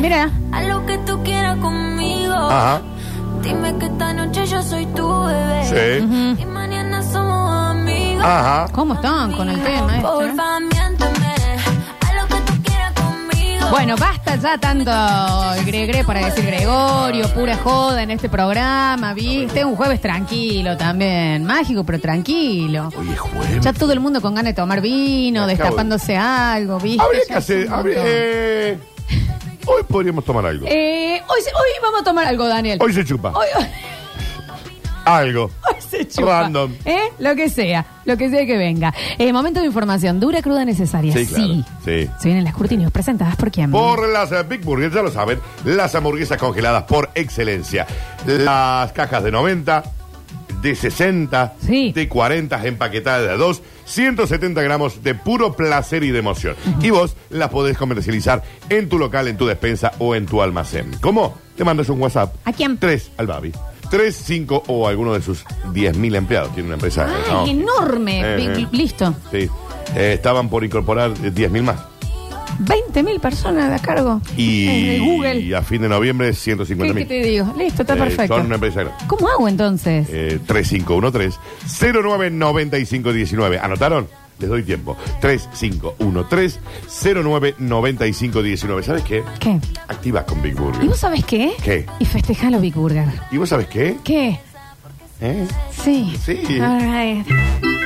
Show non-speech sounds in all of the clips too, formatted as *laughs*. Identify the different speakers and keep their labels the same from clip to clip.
Speaker 1: Mira,
Speaker 2: A lo que tú quieras conmigo.
Speaker 3: Ajá.
Speaker 2: Dime que esta noche yo soy tu bebé.
Speaker 3: Sí.
Speaker 2: Y mañana somos amigos.
Speaker 3: Ajá.
Speaker 1: ¿cómo están con el tema? este, eh?
Speaker 2: Porfa, miénteme. A lo que tú quieras conmigo.
Speaker 1: Bueno, basta ya tanto el gregre para decir Gregorio, pura joda en este programa, ¿viste? Un jueves tranquilo también, mágico pero tranquilo.
Speaker 3: Oye, jueves.
Speaker 1: Ya todo el mundo con ganas de tomar vino,
Speaker 3: Me acabo de-
Speaker 1: destapándose algo, ¿viste?
Speaker 3: Habría
Speaker 1: Ya
Speaker 3: que
Speaker 1: es
Speaker 3: hacer.
Speaker 1: un
Speaker 3: habría-
Speaker 1: montón.
Speaker 3: eh, hoy podríamos tomar algo.
Speaker 1: Eh, hoy, se- hoy vamos a tomar algo, Daniel.
Speaker 3: Hoy se chupa.
Speaker 1: Hoy- hoy-
Speaker 3: Algo.
Speaker 1: hoy *laughs* se chupa.
Speaker 3: Random.
Speaker 1: ¿Eh? Lo que sea, lo que sea que venga. Eh, momento de información, dura, cruda, necesaria.
Speaker 3: Sí, claro. Sí.
Speaker 1: Se vienen las curtinios presentadas por quién.
Speaker 3: Por las eh, Big Burgers, ya lo saben, las hamburguesas congeladas por excelencia. Las cajas de 90, de 60,
Speaker 1: Sí.
Speaker 3: de 40 empaquetadas de a 2, 170 gramos de puro placer y de emoción. Y vos las podés comercializar en tu local, en tu despensa o en tu almacén. ¿Cómo? Te mandas un WhatsApp.
Speaker 1: ¿A quién?
Speaker 3: Tres al Babi. Tres, cinco o alguno de sus 10.000 empleados. Tiene una empresa.
Speaker 1: ¡Ay,
Speaker 3: ¿no?
Speaker 1: enorme!
Speaker 3: Eh,
Speaker 1: Big-
Speaker 3: eh.
Speaker 1: Listo.
Speaker 3: Sí. Eh, estaban por incorporar eh, 10.000 más.
Speaker 1: 20.000 personas a cargo.
Speaker 3: Y,
Speaker 1: de Google.
Speaker 3: y a fin de noviembre, 150
Speaker 1: ¿Qué, qué
Speaker 3: mil.
Speaker 1: te digo? Listo, está
Speaker 3: Eh,
Speaker 1: perfecto.
Speaker 3: son una empresa grande.
Speaker 1: ¿Cómo hago entonces?
Speaker 3: Eh, 3513-099519. ¿Anotaron? Les doy tiempo. 3513-099519. ¿Sabes qué?
Speaker 1: ¿Qué?
Speaker 3: Activas con Big
Speaker 1: ¿Y
Speaker 3: Burger.
Speaker 1: vos sabés qué?
Speaker 3: ¿Qué?
Speaker 1: Y festejalo, Big Burger.
Speaker 3: ¿Y vos sabes qué?
Speaker 1: ¿Qué?
Speaker 3: ¿Eh?
Speaker 1: Sí.
Speaker 3: Sí.
Speaker 1: All right.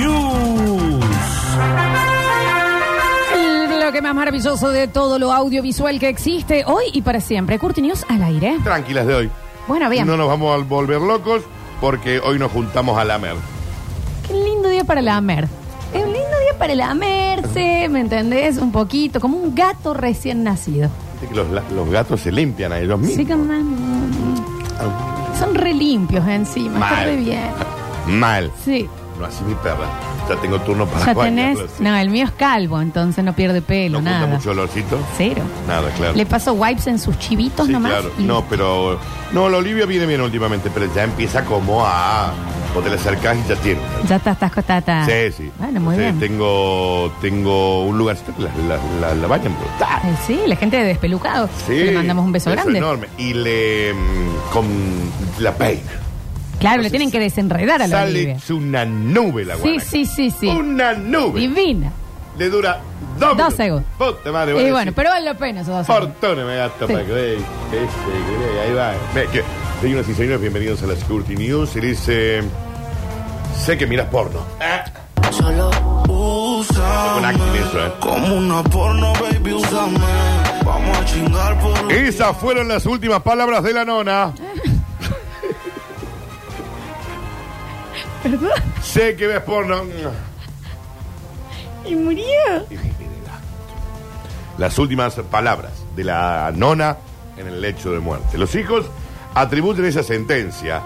Speaker 4: News.
Speaker 1: Lo que más maravilloso de todo lo audiovisual que existe hoy y para siempre. Curti News al aire.
Speaker 3: Tranquilas de hoy.
Speaker 1: Bueno, bien.
Speaker 3: No nos vamos a volver locos porque hoy nos juntamos a la mer.
Speaker 1: Qué lindo día para la Amer. Es un lindo día para la Amerse, ¿me entendés? Un poquito, como un gato recién nacido.
Speaker 3: Viste que los, la- los gatos se limpian a ellos mismos.
Speaker 1: Sí, como una- Son re limpios encima. Está re
Speaker 3: Mal.
Speaker 1: bien.
Speaker 3: Mal.
Speaker 1: Sí.
Speaker 3: No así mi perra. Ya tengo turno para
Speaker 1: Ya
Speaker 3: bañarlo,
Speaker 1: tenés.
Speaker 3: así.
Speaker 1: No, el mío es calvo, entonces no pierde pelo,
Speaker 3: No junta
Speaker 1: nada.
Speaker 3: mucho olorcito.
Speaker 1: Cero.
Speaker 3: Nada, claro.
Speaker 1: Le paso wipes en sus chivitos
Speaker 3: Sí,
Speaker 1: nomás.
Speaker 3: claro.
Speaker 1: y-
Speaker 3: No, pero. No, la Olivia viene bien últimamente, pero ya empieza como a. O te le acercás y ya tiene.
Speaker 1: Ya estás, estás, costata.
Speaker 3: Sí, sí.
Speaker 1: Ah. Bueno, muy
Speaker 3: Sí,
Speaker 1: bien.
Speaker 3: Tengo, tengo un lugar. La, la, la, la bañan, pero está.
Speaker 1: Eh, Sí, la gente de Despelucados.
Speaker 3: Sí.
Speaker 1: Le mandamos un beso grande.
Speaker 3: enorme. Y le. mm, con la peina.
Speaker 1: Claro, le tienen que desenredar a la
Speaker 3: Sale
Speaker 1: Olivia.
Speaker 3: una nube la
Speaker 1: Sí,
Speaker 3: guanaca.
Speaker 1: sí, sí, sí.
Speaker 3: Una nube.
Speaker 1: Divina.
Speaker 3: Le dura
Speaker 1: Dos
Speaker 3: dos, minutos.
Speaker 1: segundos.
Speaker 3: Puta madre,
Speaker 1: Y
Speaker 3: vos
Speaker 1: bueno,
Speaker 3: decís,
Speaker 1: pero vale la pena esos dos años.
Speaker 3: Portones me gasto
Speaker 1: Sí.
Speaker 3: para que veáis. Ese, que ahí va. Ve que- Señoras y señores, bienvenidos a la Security News. Y dice. Sé que miras porno. Ah,
Speaker 5: Solo usa
Speaker 3: con acting eso, eh.
Speaker 5: como una porno, baby, úsame. Vamos a chingar por
Speaker 3: Esas fueron las últimas palabras de la nona.
Speaker 1: ¿Perdón? *laughs*
Speaker 3: Sé que ves porno.
Speaker 1: Y murió.
Speaker 3: Las últimas palabras de la nona en el lecho de muerte. Los hijos atribuyen esa sentencia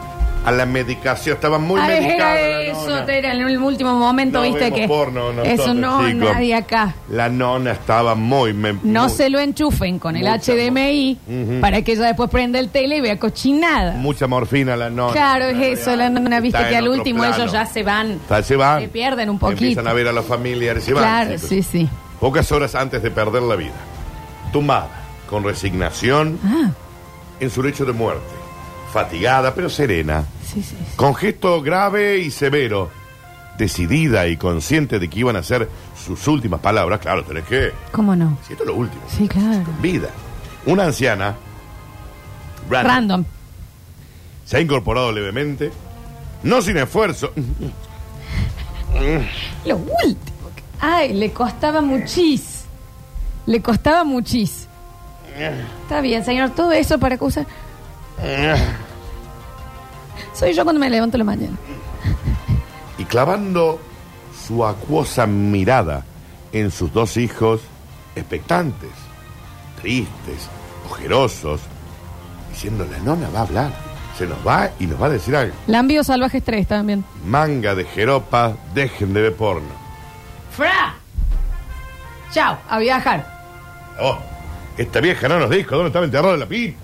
Speaker 3: a la medicación. Estaban muy
Speaker 1: Ay,
Speaker 3: medicados.
Speaker 1: era
Speaker 3: la
Speaker 1: eso,
Speaker 3: nona.
Speaker 1: te era en el último momento,
Speaker 3: No
Speaker 1: viste
Speaker 3: vemos
Speaker 1: que.
Speaker 3: porno nosotros,
Speaker 1: eso no,
Speaker 3: chicos.
Speaker 1: nadie acá.
Speaker 3: La nona estaba muy. me-
Speaker 1: No
Speaker 3: muy-
Speaker 1: se lo enchufen con el
Speaker 3: Mucha
Speaker 1: HDMI
Speaker 3: Ujú.
Speaker 1: para que ella después prenda el tele y vea cochinada.
Speaker 3: Mucha morfina la nona.
Speaker 1: claro, es eso, la nona, viste
Speaker 3: Está
Speaker 1: que
Speaker 3: en
Speaker 1: al
Speaker 3: otro
Speaker 1: último
Speaker 3: plano.
Speaker 1: ellos ya se van.
Speaker 3: Ya se van.
Speaker 1: Se pierden un
Speaker 3: Empiezan
Speaker 1: poquito.
Speaker 3: a ver a los familiares. Se van,
Speaker 1: Claro,
Speaker 3: chicos.
Speaker 1: sí, sí.
Speaker 3: Pocas horas antes de perder la vida. Tumbada, con resignación,
Speaker 1: Ah,
Speaker 3: en su lecho de muerte. Fatigada, pero serena.
Speaker 1: sí, sí. sí.
Speaker 3: Con gesto grave y severo. Decidida y consciente de que iban a ser sus últimas palabras. Claro, tenés que.
Speaker 1: ¿Cómo no?
Speaker 3: Si esto es lo último.
Speaker 1: Sí, claro.
Speaker 3: Vida. Una anciana. Brandon.
Speaker 1: Random.
Speaker 3: se ha incorporado levemente, no sin esfuerzo.
Speaker 1: Lo último. que- Ay, le costaba muchis. Le costaba muchis. Está bien, señor, todo eso para que usa. Soy yo cuando me levanto la mañana.
Speaker 3: Y clavando su acuosa mirada en sus dos hijos, expectantes, tristes, ojerosos, diciendo, la nona va a hablar. se nos va y nos va a decir algo.
Speaker 1: Lambio Salvajes 3 también.
Speaker 3: Manga de jeropa, dejen de ver porno.
Speaker 1: ¡Fra! Chao, a viajar.
Speaker 3: Oh, esta vieja no nos dijo dónde estaba enterrado la pi.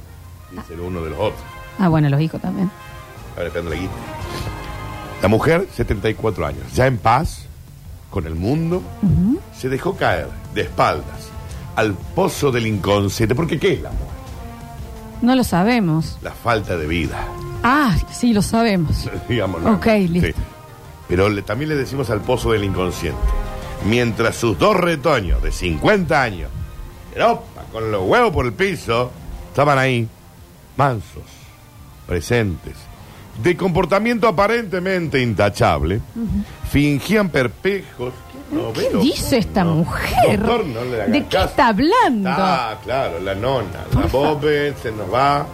Speaker 3: Dice uno de los otros.
Speaker 1: Ah, bueno, los hijos también.
Speaker 3: Ahora esperando la guita. La mujer, 74 años, ya en paz con el mundo, se dejó caer de espaldas al pozo del inconsciente. Porque ¿qué es la muerte?
Speaker 1: No lo sabemos.
Speaker 3: La falta de vida,
Speaker 1: Ah, sí, lo sabemos.
Speaker 3: *laughs* digámoslo.
Speaker 1: Ok, listo.
Speaker 3: Pero le- también le decimos al pozo del inconsciente. Mientras sus dos retoños de 50 años, Europa, con los huevos por el piso, estaban ahí, mansos, presentes, de comportamiento aparentemente intachable, fingían perpejos. No,
Speaker 1: ¿Qué
Speaker 3: pero-
Speaker 1: dice esta
Speaker 3: no.
Speaker 1: mujer?
Speaker 3: Doctor, no le haga
Speaker 1: ¿De qué
Speaker 3: caso.
Speaker 1: está hablando?
Speaker 3: Ah, claro, la nona, la
Speaker 1: Por favor.
Speaker 3: bobe, se nos va.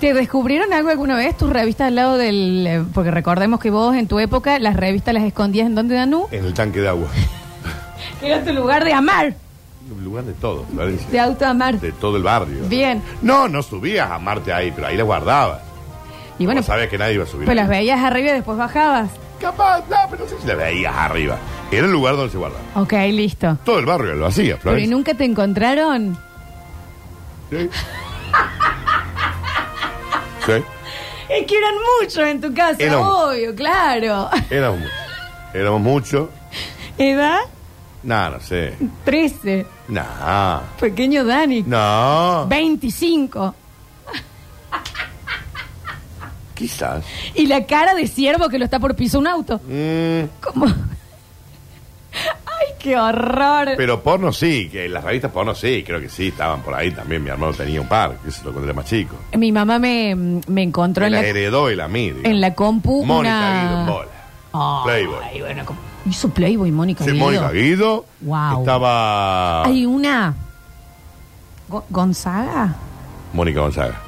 Speaker 1: ¿Te descubrieron algo alguna vez tus revistas al lado del...? eh, Porque recordemos que vos en tu época las revistas las escondías en donde Danú.
Speaker 3: En el tanque de agua. *laughs*
Speaker 1: que Era tu lugar de amar,
Speaker 3: En lugar de todo, Florencia.
Speaker 1: de autoamar.
Speaker 3: de todo el barrio.
Speaker 1: Bien.
Speaker 3: No, no subías a Marte ahí, pero ahí las guardabas.
Speaker 1: Y bueno,
Speaker 3: Vos sabías que nadie iba a subir.
Speaker 1: pues las
Speaker 3: ahí.
Speaker 1: veías arriba y después bajabas.
Speaker 3: Capaz, no, pero no sé si las veías arriba. Era el lugar donde se guardaba.
Speaker 1: Ok, listo.
Speaker 3: Todo el barrio lo hacía,
Speaker 1: Pero ¿y
Speaker 3: Florencia.
Speaker 1: nunca te encontraron?
Speaker 3: Sí. Sí.
Speaker 1: Es que eran muchos en tu casa,
Speaker 3: Era un-
Speaker 1: obvio, claro.
Speaker 3: Éramos muchos. Éramos muchos.
Speaker 1: ¿Edad?
Speaker 3: Nah, no sé.
Speaker 1: 13.
Speaker 3: Nah.
Speaker 1: Pequeño Dani.
Speaker 3: No.
Speaker 1: 25.
Speaker 3: Quizás.
Speaker 1: Y la cara de ciervo que lo está por piso un auto.
Speaker 3: Mm,
Speaker 1: ¿Cómo? *laughs* ¡Ay, qué horror!
Speaker 3: pero porno sí, que las revistas porno sí, creo que sí, estaban por ahí también. Mi hermano tenía un par, que se lo cuando era más chico.
Speaker 1: Mi mamá me, me encontró
Speaker 3: Me
Speaker 1: en
Speaker 3: la
Speaker 1: la,
Speaker 3: heredó y la mí.
Speaker 1: en la compu
Speaker 3: Mónica Guido en
Speaker 1: una...
Speaker 3: bola.
Speaker 1: Ay,
Speaker 3: Playboy.
Speaker 1: bueno, como- hizo Playboy Mónica
Speaker 3: Sí,
Speaker 1: Guido.
Speaker 3: Mónica Guido.
Speaker 1: Wow.
Speaker 3: Estaba
Speaker 1: Hay una... Go- ¿Gonzaga?
Speaker 3: Mónica Gonzaga.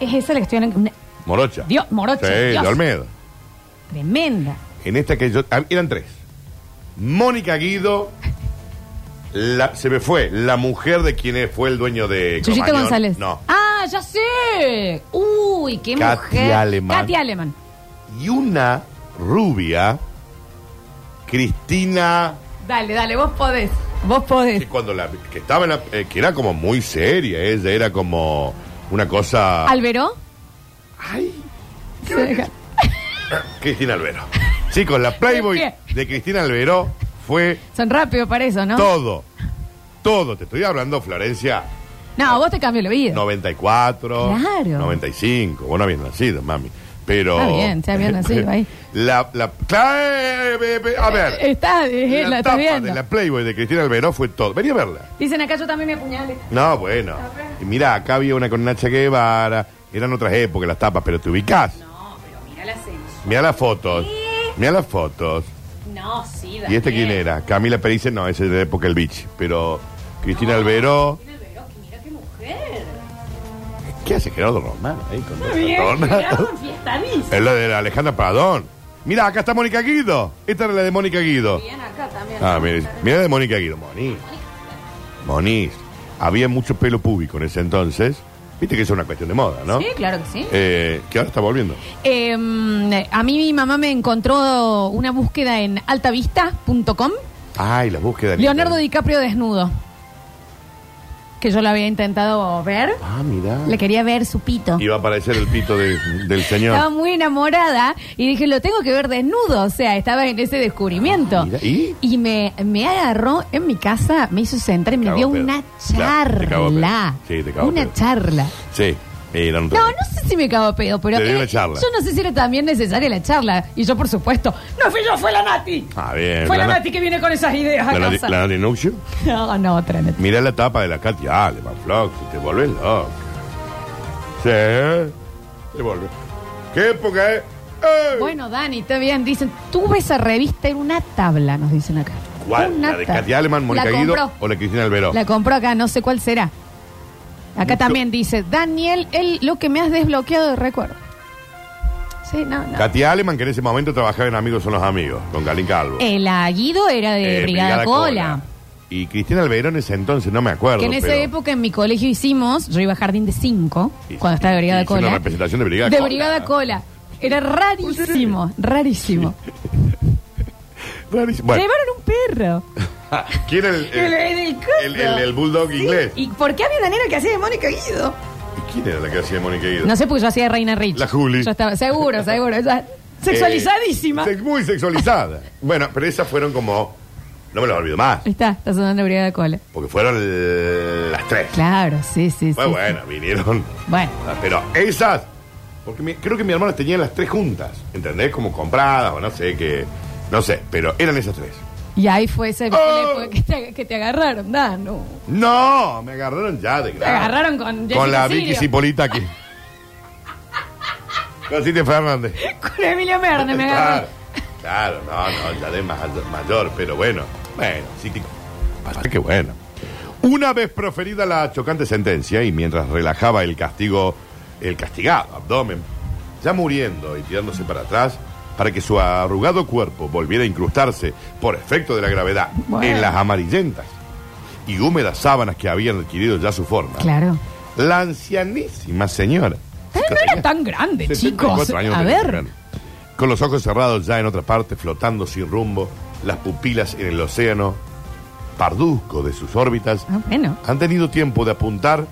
Speaker 1: Es esa la que estoy hablando. Una
Speaker 3: Morocha.
Speaker 1: Dios, Morocha,
Speaker 3: Sí,
Speaker 1: Dios.
Speaker 3: de Olmedo.
Speaker 1: tremenda.
Speaker 3: En esta que yo... ah, Eran tres. Mónica Guido. la- se me fue. La mujer de quien fue el dueño de...
Speaker 1: Chuchito
Speaker 3: Cromañón.
Speaker 1: González.
Speaker 3: No.
Speaker 1: ¡Ah, ya sé! ¡Uy, qué
Speaker 3: Katy
Speaker 1: mujer!
Speaker 3: Alemán.
Speaker 1: Katy Alemán.
Speaker 3: Y una rubia. Cristina...
Speaker 1: Dale, dale, vos podés. Vos podés.
Speaker 3: Que cuando la... Que estaba en la- eh, que era como muy seria. Ella era como... Una cosa...
Speaker 1: ¿Alberó?
Speaker 3: Ay.
Speaker 1: Se deja.
Speaker 3: Cristina Albero. Chicos, la Playboy
Speaker 1: *laughs* ¿De
Speaker 3: de Cristina Albero fue
Speaker 1: Son rápidos para eso, ¿no?
Speaker 3: todo. Todo. Te estoy hablando, Florencia,
Speaker 1: No, vos te cambió la vida.
Speaker 3: 94,
Speaker 1: Eh. Claro.
Speaker 3: 95. Vos no habías nacido, mami. Pero.
Speaker 1: Está bien, está bien nacido ahí.
Speaker 3: *laughs* La, la, claro, eh, eh, a ver.
Speaker 1: Está, eh,
Speaker 3: la
Speaker 1: la estás
Speaker 3: tapa
Speaker 1: viendo.
Speaker 3: de la Playboy de Cristina Albero fue todo. Venía a verla.
Speaker 1: Dicen acá yo también me apuñalé.
Speaker 3: No, bueno. Y mira, acá había una con Nacha Guevara. Eran otras épocas las tapas, pero te ubicás.
Speaker 1: No, pero mira la censura.
Speaker 3: Mira las fotos. Mira las fotos.
Speaker 1: No, sí,
Speaker 3: ¿Y este quién era? Camila Perice, no, ese es de la época del beach. Pero Cristina Alberó.
Speaker 1: Mira qué mujer.
Speaker 3: ¿Qué hace Gerardo Román ahí con dos
Speaker 1: Mira,
Speaker 3: ratonas? *laughs* Es la de la Alejandra Pradón. Mira, acá está Mónica Guido. Esta era la de Mónica Guido.
Speaker 1: acá también.
Speaker 3: Ah, mira, mira la de Mónica Guido. Moniz. Moniz. Había mucho pelo público en ese entonces. Viste que eso es una cuestión de moda, ¿no?
Speaker 1: Sí, claro que sí.
Speaker 3: Eh, que ahora está volviendo.
Speaker 1: Eh, a mí mi mamá me encontró una búsqueda en altavista.com.
Speaker 3: Ay, las búsquedas. en
Speaker 1: Leonardo
Speaker 3: Internet.
Speaker 1: DiCaprio desnudo. Que yo lo había intentado ver.
Speaker 3: Ah, mira.
Speaker 1: Le quería ver su pito.
Speaker 3: Iba a aparecer el pito de- del
Speaker 1: Estaba
Speaker 3: señor.
Speaker 1: muy enamorada y dije, lo tengo que ver desnudo. O sea, estaba en ese descubrimiento.
Speaker 3: Ah, mira, ¿y?
Speaker 1: me, me agarró en mi casa, me hizo sentar y me
Speaker 3: Cagó
Speaker 1: dio
Speaker 3: a pedo.
Speaker 1: una
Speaker 3: Claro, te cagó a pedo.
Speaker 1: charla.
Speaker 3: Sí, te cagó a
Speaker 1: Una
Speaker 3: pedo.
Speaker 1: charla.
Speaker 3: Sí. Era un
Speaker 1: No, no sé si me cago a pedo, pero
Speaker 3: Te dio
Speaker 1: eh,
Speaker 3: una charla.
Speaker 1: yo no sé si era también necesaria la charla. Y yo, por supuesto, no fui yo, fue la Nati.
Speaker 3: Ah, bien.
Speaker 1: Fue la,
Speaker 3: La
Speaker 1: Nati que viene con esas ideas a
Speaker 3: La,
Speaker 1: casa.
Speaker 3: Nati- la Nati Nuccio.
Speaker 1: *laughs* No, no, otra Nati.
Speaker 3: Mirá la tapa de la Katy Aleman, Flox, y te volvés loco. Sí, te volvés. ¿Qué época es? ¡Ey!
Speaker 1: Bueno, Dani, está bien. Dicen, tuve esa revista en una tabla, nos dicen acá.
Speaker 3: ¿Cuál?
Speaker 1: Una
Speaker 3: ¿La de
Speaker 1: tabla.
Speaker 3: Katy Aleman, Mónica
Speaker 1: La
Speaker 3: Guido
Speaker 1: compró.
Speaker 3: o la Cristina Alberó?
Speaker 1: La compró acá, no sé cuál será. Acá
Speaker 3: Mucho-
Speaker 1: también dice, Daniel, el, lo que me has desbloqueado de recuerdo. Sí, no, no.
Speaker 3: Katy Aleman, que en ese momento trabajaba en Amigos son los Amigos, con Galín Calvo.
Speaker 1: El aguido era de
Speaker 3: Eh,
Speaker 1: Eh, Brigada,
Speaker 3: Brigada
Speaker 1: Cola.
Speaker 3: Cola. y Cristina Alberón ese entonces, no me acuerdo.
Speaker 1: Que en esa
Speaker 3: pero-
Speaker 1: época en mi colegio hicimos, yo iba a jardín de 5,
Speaker 3: Sí,
Speaker 1: cuando estaba de Brigada
Speaker 3: hizo una
Speaker 1: Cola.
Speaker 3: representación de Brigada
Speaker 1: de
Speaker 3: Cola.
Speaker 1: Brigada Cola. Era rarísimo, rarísimo.
Speaker 3: Rarísimo. Bueno,
Speaker 1: Llevaron un perro.
Speaker 3: *laughs* ¿quién era el, el,
Speaker 1: En el coso.
Speaker 3: el- el- el bulldog
Speaker 1: Sí,
Speaker 3: inglés?
Speaker 1: ¿Y por qué había una nena que hacía de Mónica Guido?
Speaker 3: ¿Y ¿Quién era la que hacía de Mónica Guido?
Speaker 1: No sé, porque yo hacía de Reina Rich.
Speaker 3: La Juli.
Speaker 1: Yo estaba, seguro, seguro.
Speaker 3: *laughs*
Speaker 1: ella- sexualizadísima.
Speaker 3: Eh, sex-
Speaker 1: *laughs*
Speaker 3: muy sexualizada. bueno, pero esas fueron como. No me las olvido más.
Speaker 1: Ahí está, está sonando Brigada Cola.
Speaker 3: Porque fueron l- las tres.
Speaker 1: Claro, sí, sí,
Speaker 3: Bueno,
Speaker 1: sí.
Speaker 3: bueno, vinieron.
Speaker 1: Bueno,
Speaker 3: Ah, Pero esas. Porque mi- creo que mi hermana tenía las tres juntas. ¿Entendés? Como compradas o no sé qué. No sé, pero eran esas tres.
Speaker 1: y ahí fue ese fue la
Speaker 3: Oh.
Speaker 1: época que te, que te agarraron, da, no.
Speaker 3: No, me agarraron ya de grado.
Speaker 1: Te agarraron con Jessica
Speaker 3: Con la
Speaker 1: Sirio.
Speaker 3: Vicky Cipolita aquí. con Cintia Fernández.
Speaker 1: *laughs* Con Emilio Verne me
Speaker 3: Claro,
Speaker 1: agarraron.
Speaker 3: claro, no, no, ya de mayor, mayor, pero bueno. Bueno, sí que. pasa que bueno. Una vez proferida la chocante sentencia y mientras relajaba el castigo, el castigado abdomen, ya muriendo y tirándose para atrás, para que su arrugado cuerpo volviera a incrustarse por efecto de la gravedad
Speaker 1: Bueno.
Speaker 3: en las amarillentas y húmedas sábanas que habían adquirido ya su forma,
Speaker 1: Claro.
Speaker 3: la ancianísima señora.
Speaker 1: Eh, No era tan grande,
Speaker 3: 74
Speaker 1: Eh, chicos.
Speaker 3: años
Speaker 1: A
Speaker 3: tenía que
Speaker 1: ver.
Speaker 3: tener. Con los ojos cerrados ya en otra parte, flotando sin rumbo, las pupilas en el océano parduzco de sus órbitas,
Speaker 1: Ah, bueno.
Speaker 3: han tenido tiempo de apuntar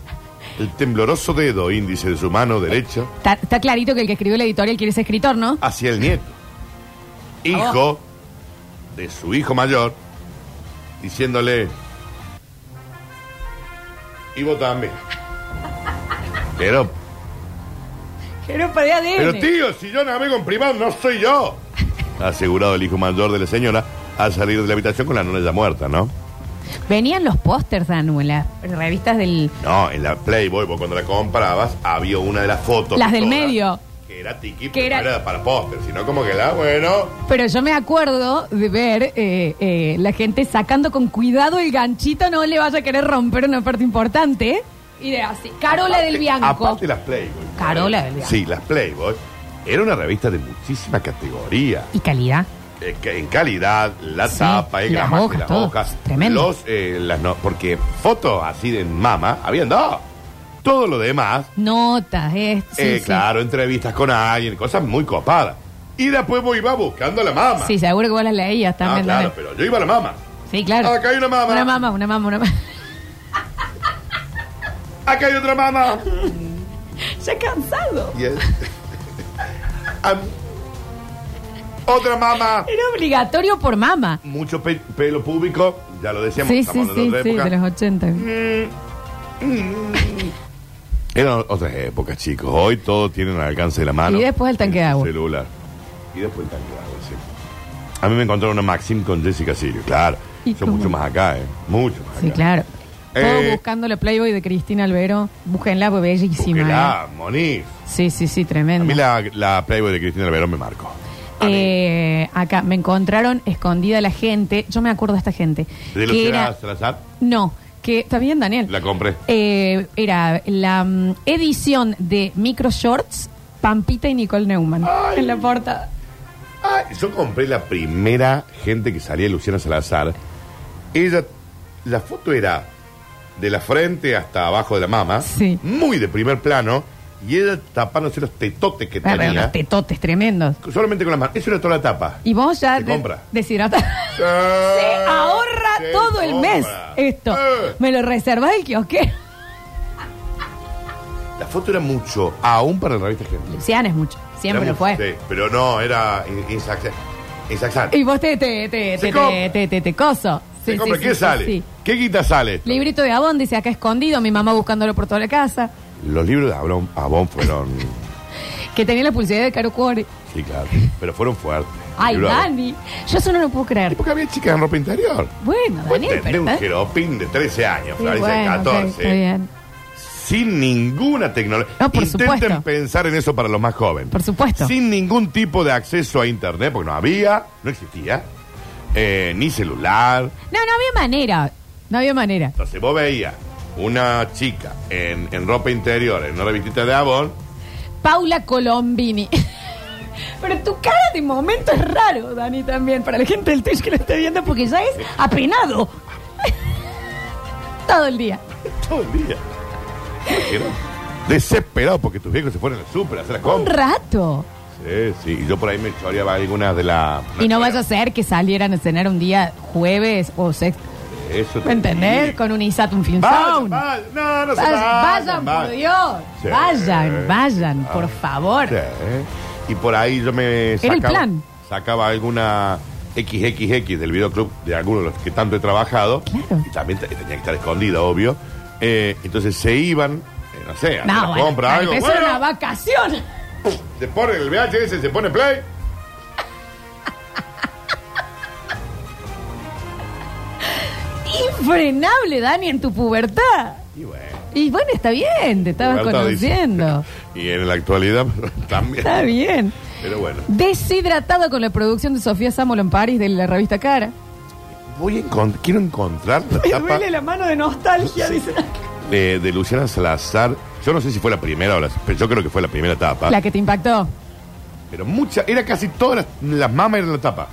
Speaker 3: el tembloroso dedo índice de su mano derecha
Speaker 1: Está, está clarito que el que escribió la editorial quiere ser escritor, ¿no?
Speaker 3: hacia el nieto,
Speaker 1: Oh.
Speaker 3: hijo de su hijo mayor, diciéndole, y vos también. Pero
Speaker 1: Pero para de ADN.
Speaker 3: Ah. Pero tío, si yo navego en privado, no soy yo. Ha Asegurado el hijo mayor de la señora al salir de la habitación con la nona ya muerta, ¿no?
Speaker 1: Venían los pósters, Danu, en las revistas del.
Speaker 3: No, en la Playboy, vos cuando la comprabas, había una de las fotos.
Speaker 1: Las
Speaker 3: de
Speaker 1: del
Speaker 3: todas,
Speaker 1: medio.
Speaker 3: Que era tiki,
Speaker 1: Que
Speaker 3: pero no
Speaker 1: era-
Speaker 3: era para póster, sino como que la, bueno.
Speaker 1: Pero yo me acuerdo de ver eh, eh, la gente sacando con cuidado el ganchito, no le vaya a querer romper una parte importante. Y de así. Carola del Bianco.
Speaker 3: eh, Aparte las Playboy.
Speaker 1: Carola del Bianco.
Speaker 3: Sí, las Playboy. Era una revista de muchísima categoría.
Speaker 1: Y calidad.
Speaker 3: eh, que en calidad, la
Speaker 1: Sí,
Speaker 3: tapa, el
Speaker 1: las
Speaker 3: gramaje,
Speaker 1: hojas,
Speaker 3: las
Speaker 1: todo.
Speaker 3: hojas,
Speaker 1: Tremendo.
Speaker 3: los, eh, las no- porque fotos así de mama, habían dos. Todo lo demás,
Speaker 1: Notas, esto. sí,
Speaker 3: eh,
Speaker 1: sí.
Speaker 3: claro, entrevistas con alguien, cosas muy copadas. Y después vos ibas buscando a la mama.
Speaker 1: Sí, seguro que vos las leías
Speaker 3: Ah,
Speaker 1: también.
Speaker 3: claro,
Speaker 1: Danu.
Speaker 3: pero yo iba a la mama.
Speaker 1: Sí, claro.
Speaker 3: Acá hay una mama.
Speaker 1: Una mama, una mama, una mama.
Speaker 3: Acá hay otra mama.
Speaker 1: *laughs* ya cansado.
Speaker 3: Y es- *laughs* Am- otra mama.
Speaker 1: Era obligatorio por mama.
Speaker 3: Mucho pe- pelo público, ya lo decíamos.
Speaker 1: Sí, sí,
Speaker 3: estamos en
Speaker 1: sí,
Speaker 3: otra
Speaker 1: sí,
Speaker 3: época.
Speaker 1: de los 80.
Speaker 3: Eran otras épocas, chicos. Hoy todo tienen al alcance de la mano.
Speaker 1: Y después el tanque de
Speaker 3: En su
Speaker 1: agua.
Speaker 3: Celular. Y después el tanque de agua, sí. A mí me encontraron una Maxim con Jessica Sirio, claro.
Speaker 1: ¿Y
Speaker 3: Son mucho
Speaker 1: cómo?
Speaker 3: más acá, ¿eh? Mucho más
Speaker 1: Sí,
Speaker 3: acá.
Speaker 1: claro.
Speaker 3: Eh,
Speaker 1: Todo buscando la Playboy de Cristina Albero. Búsquenla, porque bellísima. ¿eh?
Speaker 3: Búsquela, Moniz.
Speaker 1: Sí, sí, sí,
Speaker 3: A
Speaker 1: tremendo.
Speaker 3: mí la, la Playboy de Cristina Alberón me marcó. A mí.
Speaker 1: Eh, acá me encontraron escondida la gente. Yo me acuerdo de esta gente.
Speaker 3: de
Speaker 1: que
Speaker 3: Luciana
Speaker 1: era,
Speaker 3: Salazar,
Speaker 1: no, que está bien, Daniel.
Speaker 3: la compré.
Speaker 1: Eh, era la mm, edición de Micro Shorts, Pampita y Nicole Neumann en la portada.
Speaker 3: Ah, yo compré la primera gente que salía de Luciana Salazar. Ella, la foto era de la frente hasta abajo de la mama,
Speaker 1: Sí.
Speaker 3: muy de primer plano, y ella tapándose los tetotes que
Speaker 1: Era
Speaker 3: tenía,
Speaker 1: unos tetotes tremendos.
Speaker 3: solamente con las manos. Eso era toda la tapa.
Speaker 1: Y vos ya
Speaker 3: Se
Speaker 1: de-
Speaker 3: compra.
Speaker 1: deshidrata- *laughs*
Speaker 3: Se
Speaker 1: Se ahorra
Speaker 3: se
Speaker 1: todo el
Speaker 3: compra.
Speaker 1: mes esto.
Speaker 3: Eh,
Speaker 1: Me lo reservas el kiosque.
Speaker 3: La foto era mucho, aún para la revista Gente.
Speaker 1: Luciana es mucho. Siempre
Speaker 3: Era
Speaker 1: lo fue.
Speaker 3: mucho, sí, pero no, era in- insaxa- insaxante.
Speaker 1: Y vos te, te, te,
Speaker 3: Se
Speaker 1: te,
Speaker 3: compra.
Speaker 1: te, te, te- te coso.
Speaker 3: Se
Speaker 1: Sí,
Speaker 3: compra.
Speaker 1: sí,
Speaker 3: ¿Qué
Speaker 1: sí,
Speaker 3: sale?
Speaker 1: sí.
Speaker 3: ¿Qué guita sale?
Speaker 1: Librito de Abón, dice acá escondido, mi mamá buscándolo por toda la casa.
Speaker 3: Los libros de Abón, Abón fueron. *laughs*
Speaker 1: Que tenía la publicidad de Caro Cuore.
Speaker 3: sí, claro. Pero fueron fuertes.
Speaker 1: Ay,
Speaker 3: Libros de Abón.
Speaker 1: Dani. Yo eso no lo puedo
Speaker 3: Y
Speaker 1: creer.
Speaker 3: porque había chicas en ropa interior.
Speaker 1: Bueno,
Speaker 3: Vos
Speaker 1: Daniel,
Speaker 3: entendés
Speaker 1: pero.
Speaker 3: Pues un
Speaker 1: ¿eh?
Speaker 3: jeropín de 13 años,
Speaker 1: Sí,
Speaker 3: Florencia,
Speaker 1: bueno,
Speaker 3: de
Speaker 1: ok,
Speaker 3: 14.
Speaker 1: está bien.
Speaker 3: sin ninguna tecnología.
Speaker 1: No, por
Speaker 3: Intenten
Speaker 1: supuesto.
Speaker 3: pensar en eso para los más jóvenes.
Speaker 1: Por supuesto.
Speaker 3: Sin ningún tipo de acceso a internet, porque no había, no existía, eh, ni celular.
Speaker 1: No, no había manera. No había manera.
Speaker 3: Entonces vos veías una chica en, en ropa interior, en una revistita de Avon,
Speaker 1: Paula Colombini. *laughs* Pero tu cara de momento es raro, Dani, también, para la gente del Twitch que lo esté viendo, porque ya es apenado. *laughs* Todo el día.
Speaker 3: Todo el día. Imagino. Desesperado porque tus viejos se fueron al súper a hacer las
Speaker 1: Un
Speaker 3: compras.
Speaker 1: rato.
Speaker 3: Sí, sí. Y yo por ahí me choreaba algunas de las.
Speaker 1: Y no vaya a ser que salieran a cenar un día jueves o sexto.
Speaker 3: Eso te
Speaker 1: ¿Me entendés?
Speaker 3: digo.
Speaker 1: Con un ISAT, un fin
Speaker 3: Vayan,
Speaker 1: sound.
Speaker 3: vayan. No, no se
Speaker 1: Vayan, por
Speaker 3: vayan.
Speaker 1: Dios.
Speaker 3: Sí. Ah.
Speaker 1: Vayan, vayan, por favor.
Speaker 3: Sí. ¿eh? Y por ahí yo me
Speaker 1: Era
Speaker 3: sacaba,
Speaker 1: el plan.
Speaker 3: sacaba alguna XXX del videoclub de alguno de los que tanto he trabajado.
Speaker 1: Claro.
Speaker 3: Y también te- tenía que estar escondida, obvio. Eh, entonces se iban, eh, no sé, a
Speaker 1: No,
Speaker 3: la
Speaker 1: bueno,
Speaker 3: compra,
Speaker 1: para
Speaker 3: algo.
Speaker 1: empezar
Speaker 3: Bueno,
Speaker 1: una vacación.
Speaker 3: se pone el VHS, se pone play.
Speaker 1: Infrenable, Dani, en tu pubertad.
Speaker 3: Y bueno.
Speaker 1: Y bueno, está bien, te estabas
Speaker 3: Roberto dice.
Speaker 1: conociendo.
Speaker 3: *laughs* y en la actualidad *laughs* también.
Speaker 1: Está bien.
Speaker 3: Pero bueno.
Speaker 1: Deshidratado con la producción de Sofía Sámolo en París de la revista Cara.
Speaker 3: Voy a encont- quiero encontrar la
Speaker 1: Me
Speaker 3: tapa
Speaker 1: duele la mano de nostalgia, dice.
Speaker 3: de, de Luciana Salazar. Yo no sé si fue la primera o la. Pero yo creo que fue la primera tapa.
Speaker 1: La que te impactó.
Speaker 3: Pero mucha, era casi todas las, las mamas eran la tapa.